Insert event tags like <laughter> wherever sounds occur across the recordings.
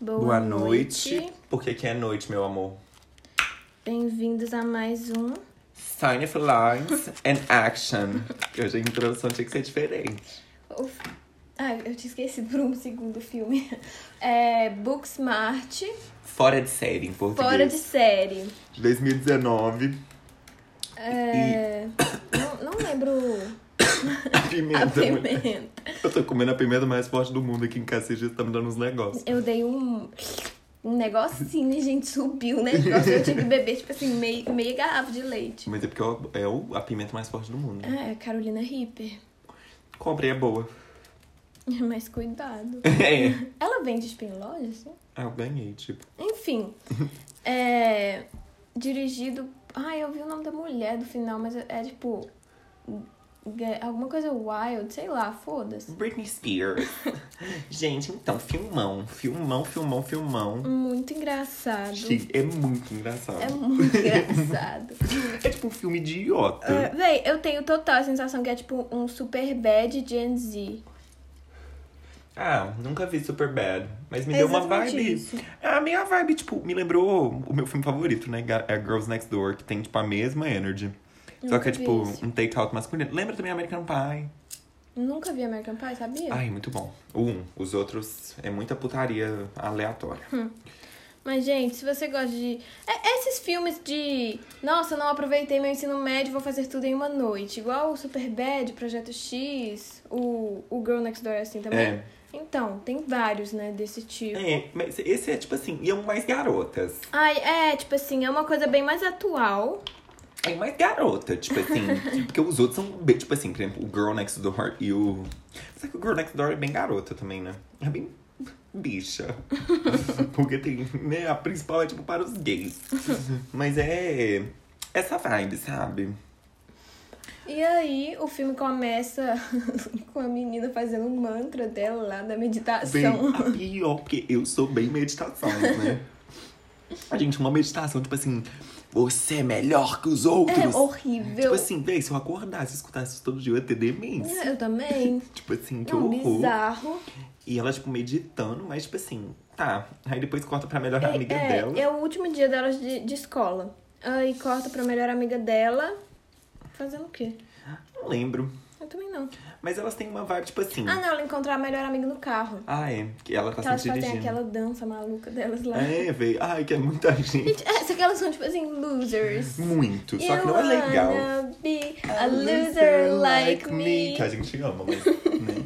Boa, Boa noite. Porque aqui é noite, meu amor. Bem-vindos a mais um. Sign of Lines and Action. Hoje a introdução tinha que ser diferente. o f- Ah, eu te esqueci por um segundo o filme. <laughs> É Booksmart, Fora de série, em português. fora de série. de 2019. É, não, não <laughs> lembro A pimenta, <laughs> a mulher. pimenta. Eu tô comendo a pimenta mais forte do mundo aqui em casa. Vocês tá me dando uns negócios. Eu dei um, um negocinho e, gente, subiu o negócio. Eu tive que beber, tipo assim, meia, meia garrafa de leite. Mas é porque eu- é o- a pimenta mais forte do mundo. né? Ah, é Carolina Reaper. Comprei, é boa. <laughs> Mas cuidado. <laughs> É. Ela vende tipo, em lojas, né? Ah, eu ganhei, tipo. <laughs> Enfim. é, dirigido. Ai, eu vi o nome da mulher do final, mas é, é tipo. Ga- Alguma coisa wild, sei lá, foda-se. Britney <laughs> Spears. Gente, então, filmão. Filmão, filmão, filmão. Muito engraçado. Gente, é muito engraçado. É <laughs> muito engraçado. É tipo um filme idiota. É, véi, eu tenho total a sensação que é tipo um super bad Gen Z. Ah, nunca vi Super Bad. Mas me É deu uma exatamente vibe. isso. A minha vibe, tipo, me lembrou o meu filme favorito, né? Ga- É Girls Next Door, que tem, tipo, a mesma energy. Só Nunca que é, vi tipo, esse. um take-out masculino. Lembra também American Pie. Nunca vi American Pie, sabia? Ai, muito bom. O um. Os outros é muita putaria aleatória. Hum, Mas, gente, se você gosta de. é- esses filmes de. Nossa, eu não aproveitei meu ensino médio, vou fazer tudo em uma noite. Igual o Superbad, Projeto X, o, o Girl Next Door é assim também. É. Então, tem vários, né, desse tipo. É, mas esse é, tipo assim, e é um mais garotas. Ai, é, tipo assim, é uma coisa bem mais atual. É mais garota, tipo assim. <laughs> porque os outros são bem, tipo assim, por exemplo, o Girl Next Door e o. Só que o Girl Next Door é bem garota também, né? É bem bicha. <laughs> porque tem, né? A principal é tipo para os gays. Mas é. Essa vibe, sabe? E aí, o filme começa <laughs> com a menina fazendo um mantra dela lá da Bem, meditação. a pior, porque eu sou bem meditação, <laughs> né? A gente, uma meditação, tipo assim, você é melhor que os outros. É horrível. Tipo assim, véi, se eu acordasse e escutasse isso todo dia, eu ia ter demência. Eu também. Tipo assim, que É um horror. É. bizarro. E ela, tipo, meditando, mas, tipo assim, tá. Aí depois corta pra melhor amiga é, dela. é o último dia delas de, de escola. Aí corta pra melhor amiga dela. Fazendo o quê? Não lembro. Eu também não. Mas elas têm uma vibe, tipo assim. Ah, não, ela encontrou a melhor amiga no carro. Ah, é. Que ela tá que elas sempre fazem dirigindo. aquela dança maluca delas lá. É, véi. Ai, que é muita <laughs> gente. Gente, é, só que elas são, tipo assim, losers. Muito. Só You que não é legal. wanna be a loser like me. Que a gente ama, mas. né?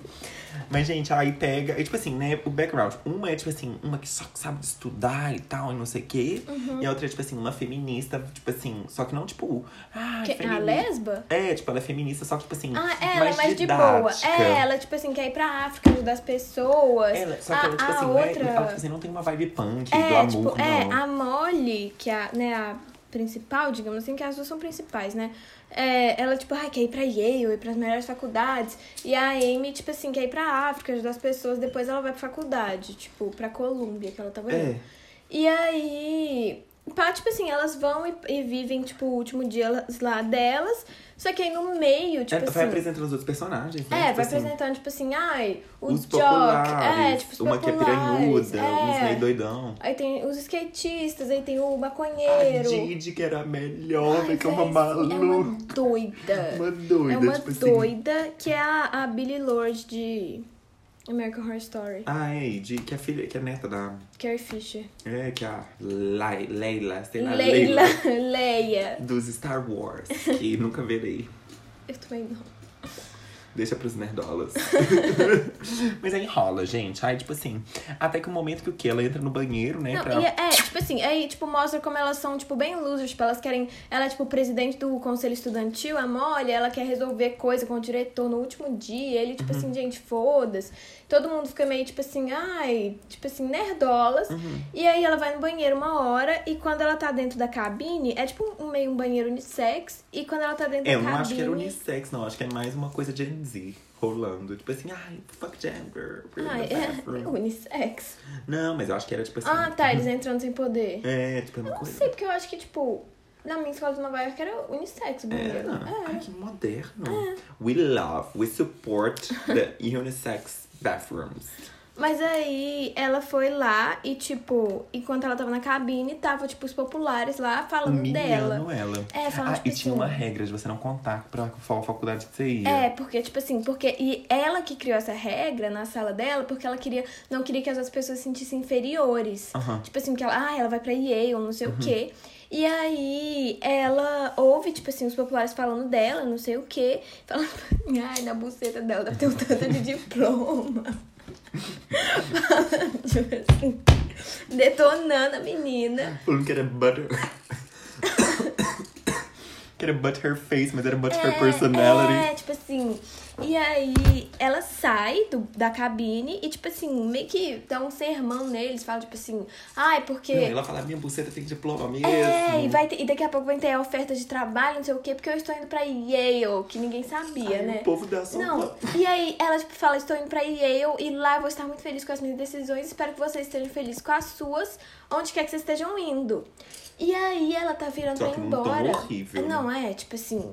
Mas, gente, aí pega. É tipo assim, né? O background. Uma é, tipo assim, uma que só sabe estudar e tal, e não sei o quê. Uhum. E a outra é, tipo assim, uma feminista, tipo assim. Só que não, tipo. Ah, Que- a lesba? É, tipo, ela é feminista, só que, tipo assim. Ah, ela, mais, mais de boa. didática. É, ela, tipo assim, quer ir pra África ajudar as pessoas. Ela- só que a, ela, tipo a assim, não é- outra. ela, tipo assim, não tem uma vibe punk do É, amor, tipo, não. é, a Molly, que é a, né, a principal, digamos assim, que as duas são principais, né? É, ela, tipo, ah, quer ir pra Yale, ir pras melhores faculdades. E a Amy, tipo assim, quer ir pra África, ajudar as pessoas. Depois ela vai pra faculdade, tipo, pra Colômbia, que ela tava indo. É. E aí... Pá, tipo assim, elas vão e, e vivem, tipo, o último dia elas- lá delas. Só que aí no meio, tipo É, vai assim... apresentando os outros personagens, né? É, Tipo vai assim, apresentando, tipo assim, ai, o os Jock, populares, é, tipo, os uma que é populares, piranhuda, uns é. meio doidão. Aí tem os skatistas, aí tem o A maconheiro. Didi, que era a melhor, Ai, que é uma véi, é uma maluca. doida. <laughs> Uma doida, É uma tipo assim. doida que é a, a Billy Lord de American Horror Story. Ah, é, de, que é filha, que é neta da. Carrie Fisher. É, que é a Lai- Leila, sei lá, Leila. <laughs> Leia. Dos Star Wars, que nunca verei. Eu também não. Deixa pros nerdolas. <laughs> Mas aí rola, gente. Aí, tipo assim, até que o momento que o quê? Ela entra no banheiro, né? Não, pra- e é, é, tipo assim, aí, tipo, mostra como elas são, tipo, bem losers. Tipo, elas querem... Ela é, tipo, presidente do conselho estudantil, a Molly. Ela quer resolver coisa com o diretor no último dia. Ele, tipo Uhum. assim, gente, foda-se. Todo mundo fica meio, tipo assim, ai... Tipo assim, nerdolas. Uhum. E aí, ela vai no banheiro uma hora. E quando ela tá dentro da cabine... É, tipo, um, meio um banheiro unissex. E quando ela tá dentro da É, eu não cabine... acho que era unissex, não. Acho que é mais uma coisa Gen Z rolando. Tipo assim, ai, fuck gender. we're in Ai, the é, bathroom. unissex. Não, mas eu acho que era tipo assim. Ah, tá, eles entrando sem poder. É, tipo, é uma Não coisa. sei, porque eu acho que, tipo... Na minha escola de Nova York era unissex o banheiro. Era? É. Ai, que moderno. We love, we support the unisex bathrooms. Mas aí ela foi lá e, tipo, enquanto ela tava na cabine, tava, tipo, os populares lá falando dela. Humilhando ela. É, falando, ah, tipo e tinha assim- uma regra de você não contar pra fa- faculdade que você ia. É, porque, tipo assim, porque. E ela que criou essa regra na sala dela, porque ela queria. Não queria que as outras pessoas se sentissem inferiores. Aham. Tipo assim, que ela, ah, ela vai pra Yale ou não sei o quê. E aí ela ouve, tipo assim, os populares falando dela, não sei o quê. Falando, <laughs> ai, na buceta dela deve ter um tanto de diploma. <laughs> Falando, tipo assim, detonando a menina. Falando que era butter. <coughs> que era but her face, mas era but her É, personality. tipo assim. E aí ela sai do, da cabine e, tipo assim, meio que dá um sermão neles, fala, tipo assim, ai, porque. Não, ela fala, minha buceta tem diploma mesmo. É, e, vai ter- e daqui a pouco vai ter a oferta de trabalho, não sei o quê, porque eu estou indo pra Yale, que ninguém sabia, Ai, né? O povo da sopa. Não, e aí ela tipo, fala, estou indo pra Yale e lá eu vou estar muito feliz com as minhas decisões, espero que vocês estejam felizes com as suas, onde quer que vocês estejam indo. E aí ela tá virando Só pra que ir num tom embora. horrível, né? Não, é, tipo assim.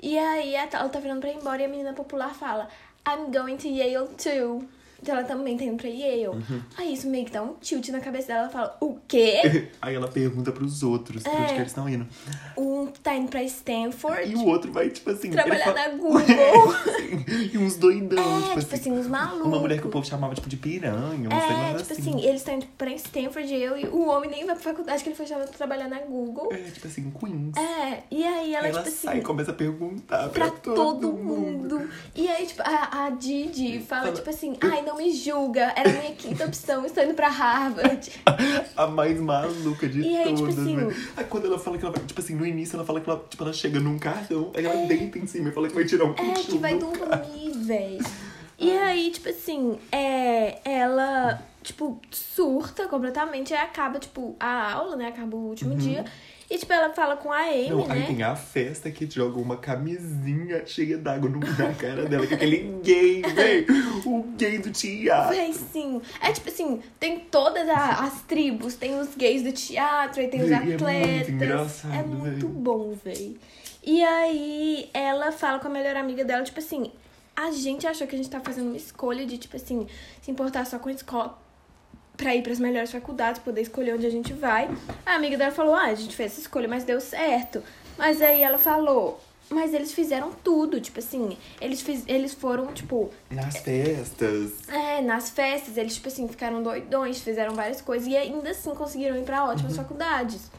E aí a- ela tá virando pra ir embora e a menina popular fala, I'm going to Yale too. Então ela também tá indo pra Yale. Uhum. Aí isso meio que dá um tilt na cabeça dela, ela fala, o <laughs> quê? <laughs> Aí ela pergunta pros outros pra onde É. que eles estão indo. Um tá indo pra Stanford. E o outro vai, tipo assim. Trabalhar ele <laughs> na Google. Assim, e uns doidão, É, tipo, tipo assim. assim, uns malucos. Uma mulher que o povo chamava, tipo, de piranha, um É, negócio tipo assim. assim, eles estão indo pra Stanford e eu e o homem nem vai pra faculdade que ele foi chamado pra trabalhar na Google. É, tipo assim, Queens. É, e aí ela, Ela, tipo sai e assim, começa a perguntar pra pra, todo mundo. E aí, tipo, a, a Didi fala, Fala, tipo assim, ai, não me julga, era a minha quinta opção, estou indo pra <laughs> Harvard. <laughs> A mais maluca de E aí, tipo todas, assim- velho. Aí quando ela fala que ela vai, tipo assim, no início ela fala que ela, tipo, ela chega num carrão, aí ela deita em cima e fala que vai tirar um É, que cochilo vai do carro. dormir, véi. E aí, tipo assim, é, ela, tipo, surta completamente, aí acaba, tipo, a aula, né, acaba o último dia. E, tipo, ela fala com a Amy, Não, aí né? tem a festa que joga uma camisinha cheia d'água no- na cara dela, que é aquele gay, velho. O gay do teatro. Véi, sim. É tipo assim, tem todas a- as tribos, tem os gays do teatro, aí tem os Véi, é muito atletas. engraçado, É muito véi. bom, véi. E aí ela fala com a melhor amiga dela, tipo assim, a gente achou que a gente tá fazendo uma escolha de, tipo assim, se importar só com a escola pra ir pras melhores faculdades, poder escolher onde a gente vai. A amiga dela falou, ah, a gente fez essa escolha, mas deu certo. Mas aí ela falou. Mas eles fizeram tudo, tipo assim, eles, fiz, eles foram, tipo, Nas festas. é, nas festas, eles, tipo assim, ficaram doidões, fizeram várias coisas e ainda assim conseguiram ir pra ótimas Uhum. faculdades.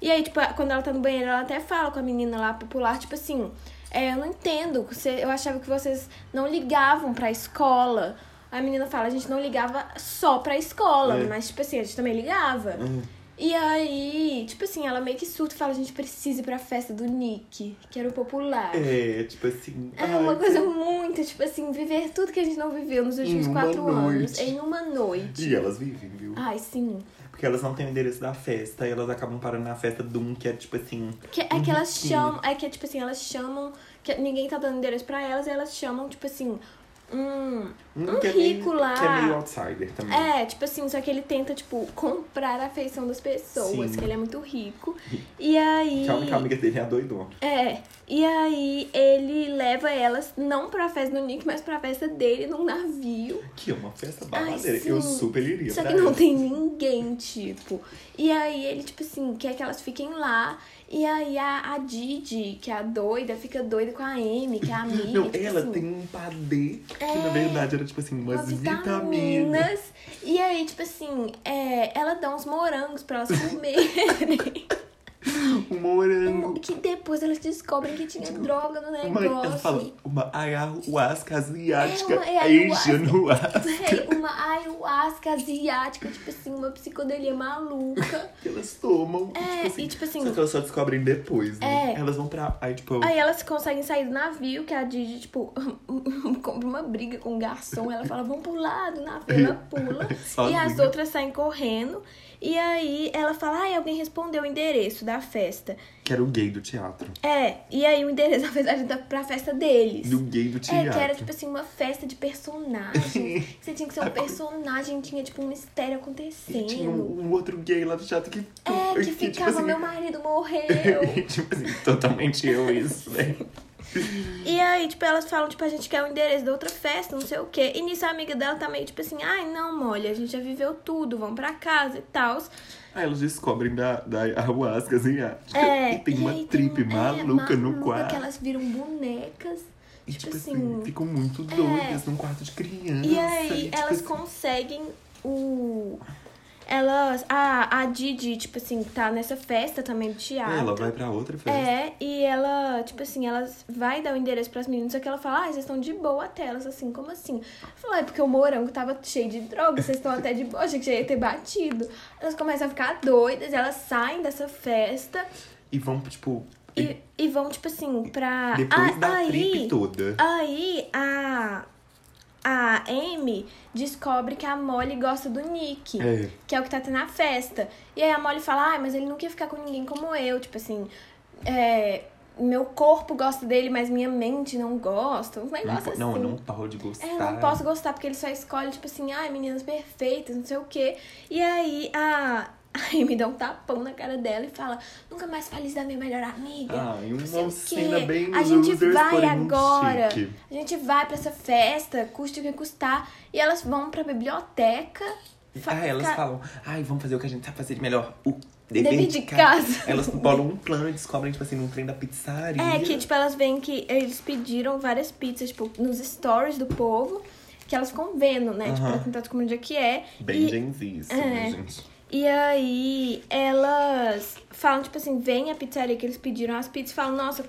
E aí, tipo, quando ela tá no banheiro, ela até fala com a menina lá popular, tipo assim, é, eu não entendo, você- eu achava que vocês não ligavam pra escola. A menina fala, a gente não ligava só pra escola, É. mas, tipo assim, a gente também ligava. Hum. E aí, tipo assim, ela meio que surta e fala, a gente precisa ir pra festa do Nick, que era o popular. É, tipo assim. É uma ai, coisa muito, tipo assim, viver tudo que a gente não viveu nos últimos uma quatro anos noite. em uma noite. E elas vivem, viu? Ai, sim. Porque elas não têm o endereço da festa, e elas acabam parando na festa de um que é tipo assim. Que, é que elas Sim. chamam. É que é tipo assim, elas chamam. Que ninguém tá dando endereço pra elas e elas chamam, tipo assim. Hum. Um, Um rico que é meio, lá. Que é meio outsider também. É, tipo assim, só que ele tenta, tipo, comprar a afeição das pessoas, Sim. que ele é muito <laughs> rico. E aí. Que a única amiga dele é a doidona. É. E aí ele leva elas não pra festa do Nick, mas pra festa dele num navio. Que é uma festa Ai, babadeira. sim. eu super iria. Só pra que não ela. tem ninguém, tipo. E aí ele, tipo assim, quer que elas fiquem lá. E aí a, a Didi, que é a doida, fica doida com a Amy, que é a amiga. <laughs> Não, tipo ela assim, tem um padê que na É. tá verdade era tipo assim, umas umas vitaminas. vitaminas. E aí, tipo assim, é, ela dá uns morangos pra elas comerem. né? Um morango. <laughs> que depois elas descobrem que tinha droga no Uma, ela É um negócio. <laughs> fala, uma ayahuasca asiática. É, uma ayahuasca. Asian ayahuasca. Véi, É, uma ayahuasca asiática, tipo assim, uma psicodelia maluca. Que elas tomam. É, tipo assim, e tipo assim, Só que elas só descobrem depois, né? É. Elas vão pra. Aí, tipo, Aí elas conseguem sair do navio, que a Didi, tipo, <laughs> compra uma briga com o garçom. Ela fala, vamos pular do navio, <laughs> ela pula. e Sozinha. as outras saem correndo. E aí ela fala, ai, alguém respondeu o endereço da festa. que era o gay do teatro. É, e aí o endereço, <laughs> na verdade, tá pra festa deles. E o gay do É, teatro. que era tipo assim, uma festa de personagens. <laughs> que Você tinha que ser um personagem, tinha tipo um mistério E tinha acontecendo. um, um outro gay lá do teatro que. <laughs> É, que ficava, tipo assim, <laughs> meu marido morreu. <laughs> tipo assim, totalmente eu isso, né? E aí, tipo, elas falam, tipo, a gente quer o endereço da outra festa, não sei o quê. E nisso a amiga dela tá meio tipo assim, ai, não, molha, a gente já viveu tudo, vão pra casa e tal. Aí elas Ah, descobrem da, da ayahuasca, assim, a- É, e tem uma aí trip tem- é, maluca no quarto. Que elas viram bonecas. E tipo tipo, assim, assim, ficam muito doidas num quarto de criança. E aí tipo elas assim, conseguem o. Elas. A, a Didi, tipo assim, tá nessa festa também do teatro. ah, Ela vai pra outra festa. É, e ela, tipo assim, ela vai dar o endereço pras meninas, só que ela fala, ah, vocês estão de boa até elas, assim, como assim? Fala, é porque o morango tava cheio de droga, vocês estão até de boa, achei que já ia ter batido. Elas começam a ficar doidas, elas saem dessa festa E vão, tipo, e, e vão, tipo assim, pra. depois Ah, da aí, trip toda. Aí a. A Amy descobre que a Molly gosta do Nick, É. que é o que tá tendo na festa. E aí a Molly fala, ah, mas ele nunca ia ficar com ninguém como eu. Tipo assim, é, meu corpo gosta dele, mas minha mente não gosta. Um Não, negócio po- não, assim. não tá. pode gostar. É, eu não posso gostar, porque ele só escolhe, tipo assim, ai, meninas perfeitas, não sei o quê. E aí a, <laughs> a Amy dá um tapão na cara dela e fala, nunca mais fale isso da minha melhor amiga. Ah, e não sei uma o cena quê. bem A gente losers, vai porém muito agora. chique. A gente vai pra essa festa, custe o que custar. E elas vão pra biblioteca. fa- Ah, elas ficar- falam, ai, vamos fazer o que a gente sabe fazer de melhor. O Dever dever, de de casa. casa. Elas bolam um plano e descobrem, tipo assim, num trem da pizzaria. É, que tipo, elas veem que eles pediram várias pizzas, tipo, nos stories do povo. Que elas ficam vendo, né? Tipo, Aham. pra tentar descobrir onde é que é. Bem E- Gen Z, isso, É. né, gente? E aí elas falam, tipo assim, vem a pizzaria que eles pediram as pizzas e falam, nossa,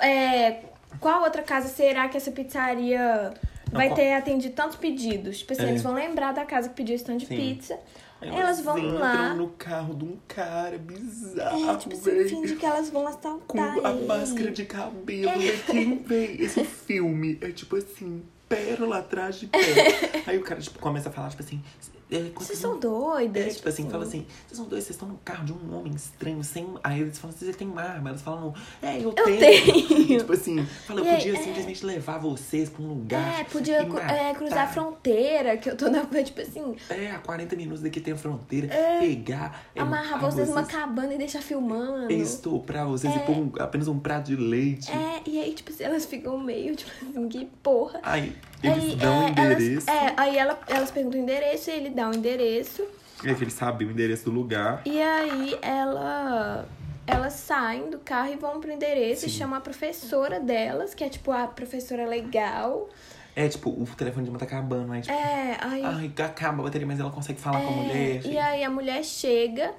é, qual outra casa será que essa pizzaria Não, vai qual- ter atendido tantos pedidos? Tipo assim, É. eles vão lembrar da casa que pediu esse tanto de Sim. pizza. Elas vão entram lá. no carro de um cara bizarro, É, tipo assim, véi. finge que tá É. elas vão Com assaltar a ele. máscara de cabelo. né? Quem vê esse filme é tipo assim, pérola atrás <laughs> de pérola. Aí o cara tipo, começa a falar, tipo assim. É, quando Vocês são doidas. É, tipo assim, fala assim, vocês são dois, vocês estão no carro de um homem estranho, sem. Aí eles falam, assim, vocês têm arma, elas falam, é, eu, tenho. tenho. E, tipo assim, fala, eu E aí, podia é. simplesmente levar vocês pra um lugar. É, podia e cu- é, cruzar a matar. fronteira, que eu tô na. Tipo assim, É, a 40 minutos daqui tem a fronteira. É. Pegar. é, amarrar matar vocês numa cabana e deixar filmando. Estuprar vocês Uhum. É. e pôr um- apenas um prato de leite. É, e aí, tipo assim, elas ficam meio, tipo assim, que porra. Aí eles Aí, dão é, o endereço. Elas, é, aí ela, elas perguntam o endereço, e ele dá o endereço. É que eles sabem o endereço do lugar. E aí ela. Elas saem do carro e vão pro endereço e Sim. chamam a professora delas, que é tipo a professora legal. É, tipo, o telefone de uma tá acabando. Aí, tipo, É, aí. ai, acaba a bateria, mas ela consegue falar com a é, mulher. assim. e aí a mulher chega.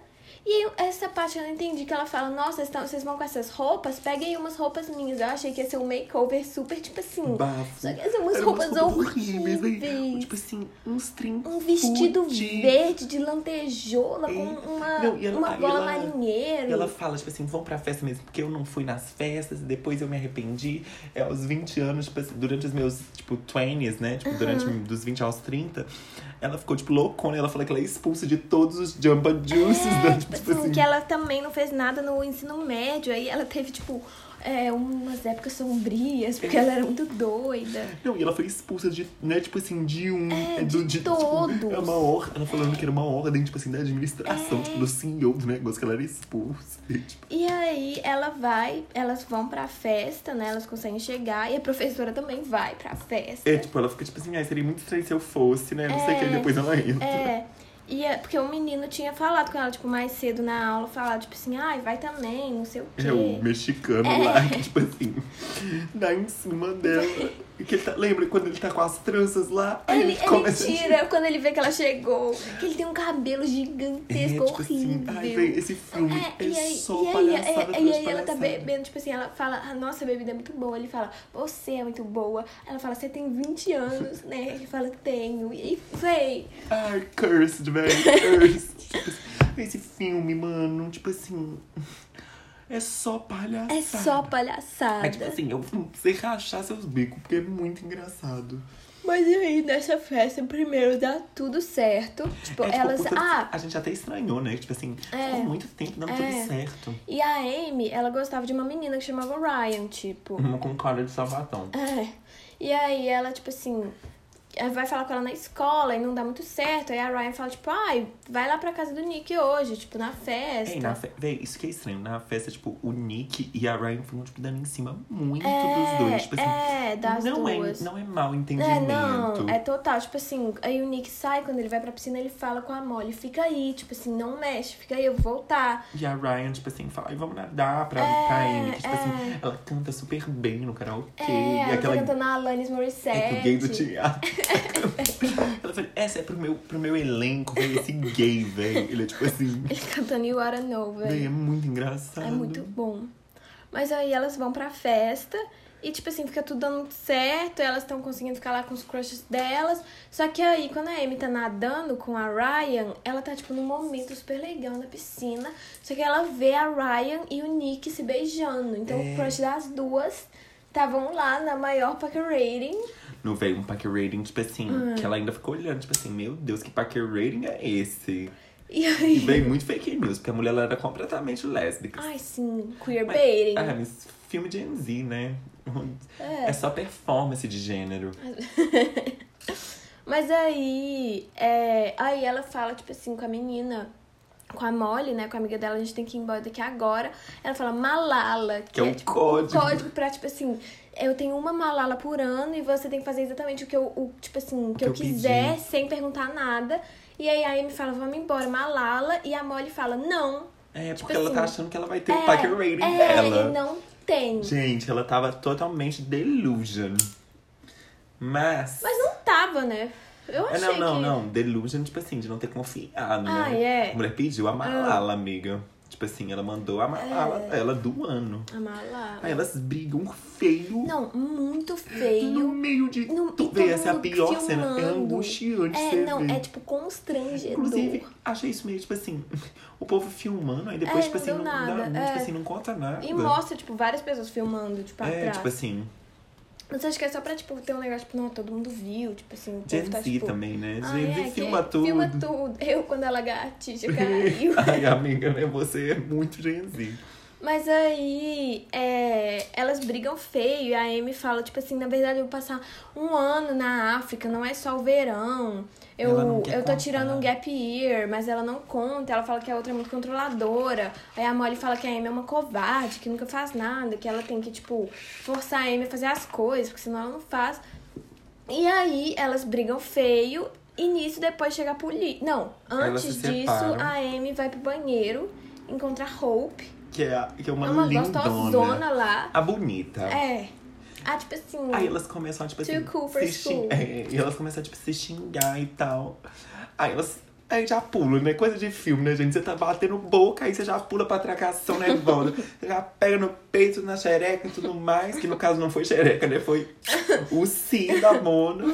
E eu- essa parte eu não entendi, que ela fala, nossa, vocês tão- vocês vão com essas roupas? Peguem umas roupas minhas. Eu achei que ia ser um makeover super, tipo assim. Bafo. Só que essas umas Eram roupas horríveis. hein? Tipo assim, uns trinta. Um vestido verde de lantejola É. com uma, Não, e ela- uma aí bola ela- marinheiro. E ela fala, tipo assim, vão pra festa mesmo, porque eu não fui nas festas, depois eu me arrependi. É, aos 20 anos, tipo assim, durante os meus, tipo, 20s, né? Tipo, durante dos 20 aos 30, ela ficou, tipo, loucona. Ela falou que ela é expulsa de todos os Jamba Juices. É, né? tipo assim, que ela também não fez nada no ensino médio. Aí ela teve, tipo, é, umas épocas sombrias, porque É. ela era muito doida. Não, e ela foi expulsa de, né, tipo assim, de um. É, do, de tipo, todos. É. é uma ordem. Ela falando que era uma ordem, tipo assim, da administração, tipo, do CEO do negócio, que ela era expulsa. E, tipo, E aí ela vai, elas vão pra festa, né? Elas conseguem chegar. E a professora também vai pra festa. é, tipo, ela fica, tipo assim, ai, seria muito estranho se eu fosse, né? Não sei o que, É. e depois ela entra. É. E é- porque o menino tinha falado com ela, tipo, mais cedo na aula, falado, tipo assim, ai, vai também, não sei o quê. É o mexicano É. lá, que, tipo assim, dá em cima dela. E que ele tá- lembra quando ele tá com as tranças lá? Aí Ele, ele começa a tira quando ele vê que ela chegou. Que ele tem um cabelo É, gigantesco, tipo assim, horrível. ai, véi, esse filme é, É, e aí, só e aí, é, palhaçada e atrás aí de ela tá palhaçada. bebendo, tipo assim, ela fala, ah, nossa, a bebida é muito boa. Ele fala, você é muito boa. Ela fala, você tem 20 anos, né? Ele fala, tenho. E aí, véi, Ai, <laughs> cursed, velho, cursed. Tipo assim, Esse filme, mano, tipo assim, é só palhaçada. é só palhaçada. Aí, tipo assim, eu sei rachar seus bicos, porque é muito engraçado. Mas e aí, nessa festa, primeiro dá tudo certo. Tipo, É, tipo, elas. puta, Ah, A gente até estranhou, né? Tipo assim, É. ficou muito tempo dando É. tudo certo. e a Amy, ela gostava de uma menina que chamava Ryan, tipo. Uhum. Uma com cara de salvatão. É. E aí ela, tipo assim, Aí vai falar com ela na escola e não dá muito certo. Aí a Ryan fala, tipo, ai, vai lá pra casa do Nick hoje, tipo, na festa. É, na fe... Véi, isso que é estranho. Na festa, tipo, o Nick e a Ryan foram, tipo, dando em cima muito É, dos dois. Tipo assim, é, das não, duas. É, não é mal É, entendimento. não, é total. Tipo assim, aí o Nick sai, quando ele vai pra piscina, ele fala com a Molly, fica aí, tipo assim, não mexe, fica aí, eu vou voltar. E a Ryan, tipo assim, fala, "Ai, vamos nadar pra, É, pra ele. Que, tipo é. assim, ela canta super bem no karaokê. É, e ela aquela tá cantando a Alanis Morissette. É que o gay do teatro. Ela falou, essa é pro meu, pro meu elenco, velho, esse gay, velho. Ele é tipo assim, <laughs> Ele cantando You Are Know, véi, velho. é muito engraçado. É muito bom. Mas aí elas vão pra festa e, tipo assim, fica tudo dando muito certo. Elas estão conseguindo ficar lá com os crushes delas. Só que aí, quando a Amy tá nadando com a Ryan, ela tá, tipo, num momento super legal na piscina. Só que ela vê a Ryan e o Nick se beijando. Então É. o crush das duas estavam lá na maior packer rating. No veio um packer rating, tipo assim, Ah. que ela ainda ficou olhando, tipo assim, meu Deus, que packer rating é esse? E E aí. veio muito fake news, porque a mulher ela era completamente lésbica. Ai, sim, queer Mas- baiting. Ah, mas filme de Gen Z, né? É. É só performance de gênero. <laughs> Mas aí, é, aí ela fala, tipo assim, com a menina, com a Molly, né, com a amiga dela, a gente tem que ir embora daqui agora. Ela fala Malala, que, Que é o tipo, código. o código pra, tipo assim, eu tenho uma Malala por ano e você tem que fazer exatamente o que eu, o, tipo assim, o que, Que eu, eu pedi. quiser, sem perguntar nada. E aí a Amy fala, vamos embora, Malala. E a Molly fala, não. É, Tipo porque ela tá assim, achando que ela vai ter o packer rating é, dela. e não tem. Gente, ela tava totalmente delusion. Mas. Mas não tava, né? Eu É, achei não, não, que... não. Delusion, tipo assim, de não ter confiado, né? Ah, É. é. A mulher pediu a Malala, amiga. Tipo assim, ela mandou a Malala dela do ano. A Malala. Aí elas brigam feio. Não, muito No feio. meio de. No- e tu todo vê, essa é a mundo pior cena. É filmando. angustiante. É, você não, vê. é tipo constrangedor. Inclusive, achei isso meio, tipo assim, <laughs> o povo filmando, aí É, depois, tipo não assim, deu não, dá- nada, não, tipo é. assim, não conta nada. E mostra, tipo, várias pessoas filmando, tipo, é, atrás. tipo assim, Mas acho que é só pra, tipo, ter um negócio, tipo, não, todo mundo viu, tipo assim, o Gen povo tá, Z tipo... também, né? "Ah, Gen Z é, filma que- tudo. Filma tudo. Eu, quando a lagartixa caiu. <laughs> Ai, amiga, né? Você é muito Gen Z. Mas aí, é, elas brigam feio. E a Amy fala, tipo assim, na verdade eu vou passar um ano na África, não é só o verão. Ela não é. Eu, quer eu tô contar. tirando um gap year, mas ela não conta. Ela fala que a outra é muito controladora. Aí a Molly fala que a Amy é uma covarde, que nunca faz nada, que ela tem que, tipo, forçar a Amy a fazer as coisas, porque senão ela não faz. E aí elas brigam feio. E nisso depois chega a polícia. Não, Elas antes se disso, separam. a Amy vai pro banheiro encontrar Hope. Que é, a- que é uma, É uma lindona. gostosona lá. A bonita. É. Ah, tipo assim. Aí elas começam, tipo To assim. Cooper's se School. xing- é, e elas começam, tipo, se xingar e tal. Aí elas. Aí já pula, né? Coisa de filme, né, gente? Você tá batendo boca, aí você já pula pra atracação, né, <laughs> Valdo? Você já pega no peito, na xereca e tudo mais. Que no caso não foi xereca, né? Foi o si da mono.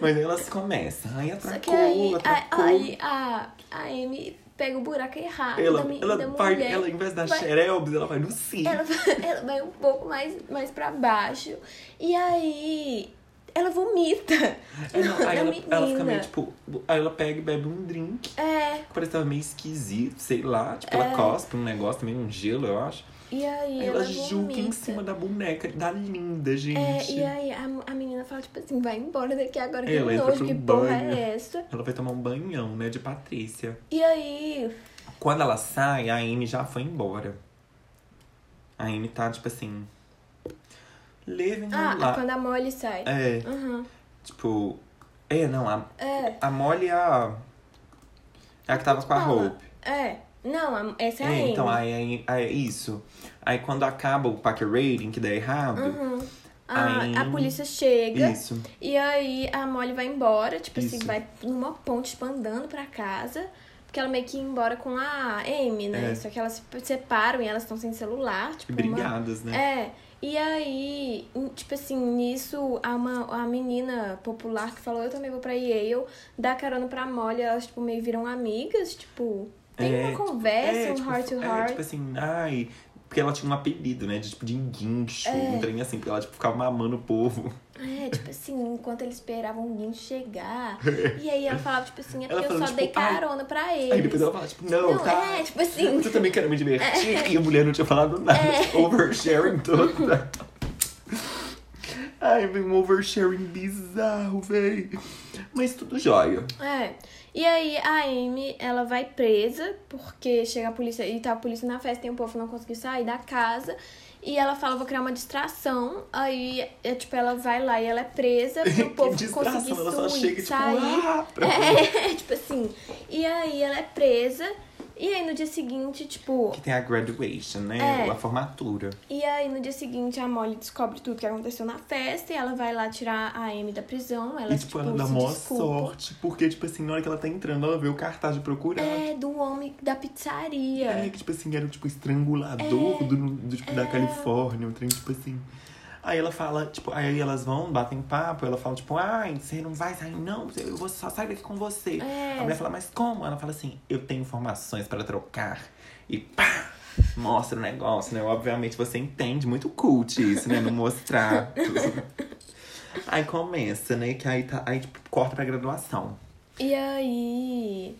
Mas aí elas começam. Aí Só que atracou, aí, atracou. a, aí a, a Amy pega o buraco errado Ela, da, mi- ela da vai, mulher. ela, em vez da vai- xerebs, ela vai no si. Ela, vai- <laughs> ela vai um pouco mais, mais pra baixo. E aí. Ela vomita. <laughs> É, não, aí da ela, menina. ela fica meio, tipo... Aí ela pega e bebe um drink. É. Parece que tava meio esquisito, sei lá. Tipo, É. ela cospe um negócio, meio um gelo, eu acho. E aí Aí ela, ela vomita. julga em cima da boneca, da linda, É, gente. e aí a, a menina fala, tipo assim, vai embora daqui agora, que Ela entra nojo, pro que porra banho. é essa? Ela vai tomar um banhão, né, de Patrícia. E aí, Quando ela sai, a Amy já foi embora. A Amy tá, tipo assim... Living ah, her life. quando a Molly sai. É, Uhum. tipo... É, não, a, É, a Molly é a... É a que tava com a Fala. Hope. é. Não, a- essa é a É, Amy. então, aí, aí, aí é isso. Aí quando acaba o pack rating, que dá errado, Uhum. A, Aí- a polícia chega isso. e aí a Molly vai embora, tipo assim, Isso. vai numa ponte, tipo, andando pra casa. Porque ela meio que ia embora com a Amy, né? É. Só que elas se separam e elas estão sem celular, tipo. E uma- brigadas, né? É. E aí, em- tipo assim, nisso, a, uma, a menina popular que falou, eu também vou pra Yale, dá carona pra Molly, elas, tipo, meio viram amigas, tipo, tem É, uma conversa, um tipo, heart to é, heart. tipo assim, ai. Porque ela tinha um apelido, né? De tipo de guincho, um trem assim, porque ela tipo, ficava mamando o povo. É, tipo assim, enquanto eles esperavam o Guincho <laughs> chegar. E aí ela falava, tipo assim, é Ela porque eu só falando, dei tipo, ai. carona pra eles. Aí depois ela fala, tipo, não, É. Não, tá. é, tipo assim. É. Você também quer me tipo, <laughs> divertir? E a mulher não tinha falado nada. Oversharing toda. Ai, vem um oversharing bizarro, véi. Mas tudo jóia. É. E aí a Amy, ela vai presa, porque chega a polícia e tá a polícia na festa e o povo não conseguiu sair da casa. E ela fala, vou criar uma distração. Aí, é, tipo, ela vai lá e ela é presa pro povo <laughs> que conseguir distração, ela só sumir, chega e tipo, sair. ah, pra... <laughs> É, tipo assim. E aí ela é presa. E aí no dia seguinte, tipo. Que tem a graduation, né? É. A formatura. E aí no dia seguinte a Molly descobre tudo que aconteceu na festa e ela vai lá tirar a Amy da prisão. Ela, e, tipo, ela dá se mó desculpa. sorte, porque, tipo assim, na hora que ela tá entrando, ela vê o cartaz de procurado. É, do homem da pizzaria. É, que, tipo assim, era, tipo, estrangulador do, do, tipo, da Califórnia, um trem, tipo assim. Aí ela fala, tipo, aí elas vão, batem papo, ela fala, tipo, ai, você não vai sair, não, eu vou só sair daqui com você. É. A mulher fala, mas como? Ela fala assim, eu tenho informações pra trocar. E pá! Mostra o negócio, né? Obviamente você entende muito cult isso, né? Não mostrar. aí começa, né? Que aí, tá, aí tipo, corta pra graduação. E aí.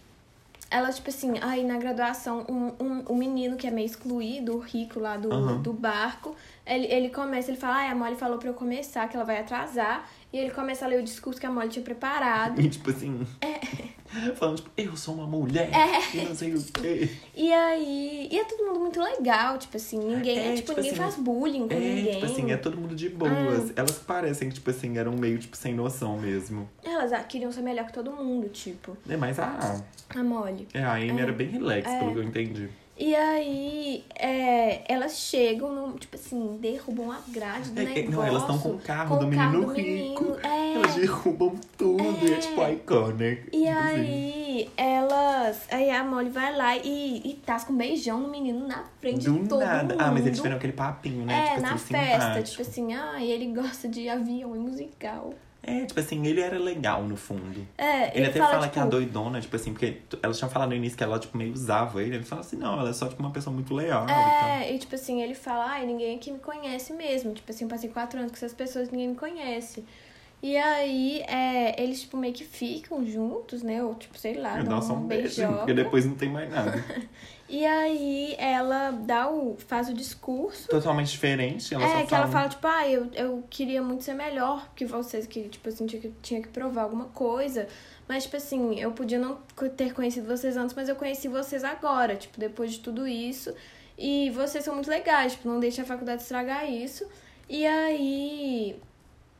Ela, tipo assim, aí na graduação, um, um, um menino que é meio excluído, o rico lá do, Aham. do barco, ele, ele começa, ele fala, ai, a Molly falou pra eu começar, que ela vai atrasar. E ele começa a ler o discurso que a Molly tinha preparado. E tipo assim. É. Falando, tipo, eu sou uma mulher. E não sei o quê. E aí. E é todo mundo muito legal, tipo assim, ninguém. É, tipo, tipo ninguém assim, faz bullying com É, ninguém. Ah. tipo assim, é todo mundo de boas. Elas parecem que, tipo assim, eram meio, tipo, sem noção mesmo. Elas ah, queriam ser melhor que todo mundo, tipo, É, mas a, a Molly. é, a Amy É. era bem relax, É. pelo que eu entendi. E aí, é, elas chegam, no, tipo assim, derrubam a grade do É, é, negócio. não, elas estão com o carro com do o menino carro do rico. <laughs> menino, é. Elas derrubam tudo. E é, É. tipo, iconic. E Tipo assim. aí, elas. Aí a Molly vai lá e, e tasca um beijão no menino na frente de Do todo nada. mundo. Ah, mas eles tiveram aquele papinho, né? É, tipo na assim, festa, simpático. tipo assim, ah, ele gosta de avião e musical. É, tipo assim, ele era legal no fundo. É, Ele, até fala, que a tipo, doidona, tipo assim, porque t- elas tinham falado no início que ela, tipo, meio usava ele. Ele fala assim, não, ela é só, tipo, uma pessoa muito leal. e É, e tipo assim, ele fala, ai, ninguém aqui me conhece mesmo. Tipo assim, eu passei quatro anos com essas pessoas ninguém me conhece. E aí, é, eles, tipo, meio que ficam juntos, né? Ou, tipo, sei lá, tal. Eu dão dou só um beijo, beijoca. porque depois não tem mais nada. <laughs> E aí, ela dá o, faz o discurso. totalmente diferente. Ela é, só que fala, ela fala, tipo, ah, eu, eu queria muito ser melhor que vocês, que, tipo assim, tinha que, tinha que provar alguma coisa. Mas, tipo assim, eu podia não co- ter conhecido vocês antes, mas eu conheci vocês agora, tipo, depois de tudo isso. E vocês são muito legais, tipo, não deixe a faculdade estragar isso. E aí.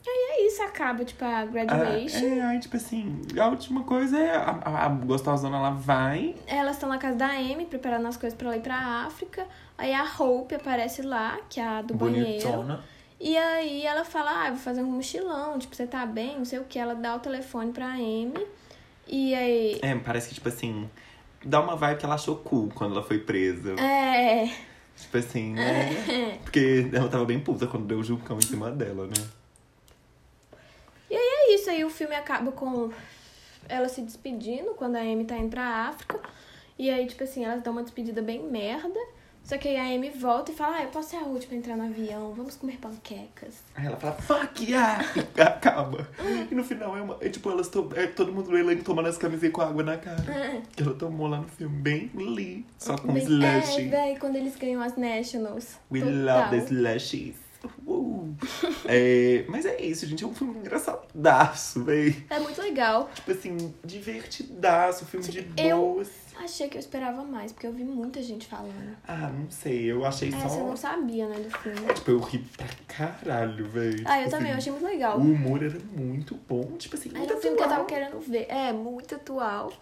Aí é isso, acaba, tipo, a Ah, graduation. é, aí, tipo assim, a última coisa é a, a, a gostosona, ela vai. Elas estão na casa da Amy, preparando as coisas pra ela ir pra África. Aí a Hope aparece lá, que é a do banheiro. bonitona. E aí ela fala, ah, eu vou fazer um mochilão, tipo, você tá bem, não sei o que. Ela dá o telefone pra Amy. E aí. É, parece que, tipo assim, dá uma vibe que ela achou cool quando ela foi presa. É. Tipo assim, né? <laughs> Porque ela tava bem puta quando deu o Jucão em cima dela, né? E aí é isso, aí o filme acaba com ela se despedindo quando a Amy tá indo pra África. E aí, tipo assim, elas dão uma despedida bem merda. Só que aí a Amy volta e fala, ah, eu posso ser a última a entrar no avião, vamos comer panquecas. <laughs> Aí ela fala, fuck yeah! E acaba. E no final é uma. É, tipo, elas to... é todo mundo no elenco tomando as camisetas com água na cara. Que ela tomou lá no filme, bem li. Só com É. Bem- É, slushing. véi, quando eles ganham as Nationals. We Total. love the slushies. Uh. É, mas é isso, gente. É um filme engraçadaço, véi. É muito legal. Tipo assim, divertidaço, filme de Tipo, Eu- boas. Achei que eu esperava mais, porque eu vi muita gente falando. Ah, não sei. Eu achei É, você só. não sabia, né, do filme. Tipo, eu ri pra caralho, véi. Ah, eu Tipo também, eu assim, achei muito legal. O humor era muito bom. Tipo assim, muito Era um filme que eu tava atual. querendo ver. É, muito atual.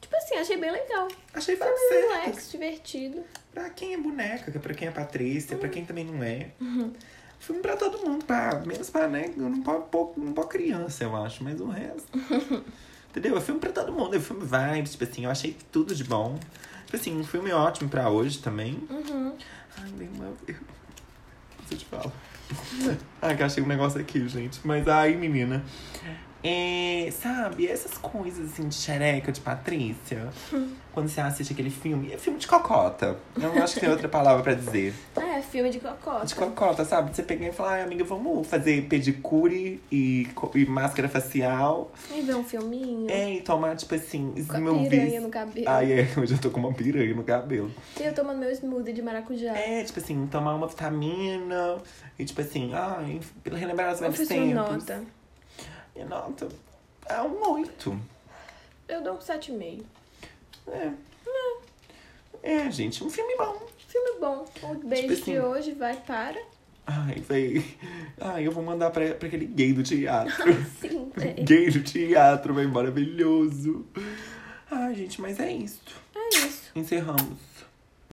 Tipo assim, achei bem legal. Achei Filme bacana. relax, divertido. Pra quem é boneca, que é pra quem é Patrícia, pra quem também não é. Filme pra todo mundo, pra, menos pra, né? eu Não pode pouco, não pode criança, eu acho, mas o resto. Entendeu? É filme pra todo mundo, é filme vibes, tipo assim, eu achei tudo de bom. Tipo assim, um filme ótimo pra hoje também. Uhum. Ai, nem uma. eu- <laughs> Deixa eu te falar. Ai, que eu achei um negócio aqui, gente. Mas aí, menina. É, sabe, essas coisas assim de xereca de Patrícia. quando você assiste aquele filme. É filme de cocota. Eu não acho que tem outra palavra pra dizer. É, filme de cocota. De cocota, sabe? Você pega e fala, ai, amiga, vamos fazer pedicure e, co- e máscara facial. E ver um filminho. É, e tomar, tipo assim, Com a meu piranha bis- no cabelo. Ai, é, hoje eu tô com uma piranha no cabelo. E eu tomando meu smoothie de maracujá. É, tipo assim, tomar uma vitamina. E tipo assim, ai, relembrar os Qual foi velhos sua tempos. nota? E nota é um oito. Eu dou um 7,5. É. É, gente, um filme bom. Filme bom. O beijo assim- de hoje vai <laughs> para. Ai, véi. Ai, eu vou mandar pra, pra aquele gay do teatro. Sim, é, gay do teatro, véi, maravilhoso. Ai, gente, mas é isso. é isso. Encerramos.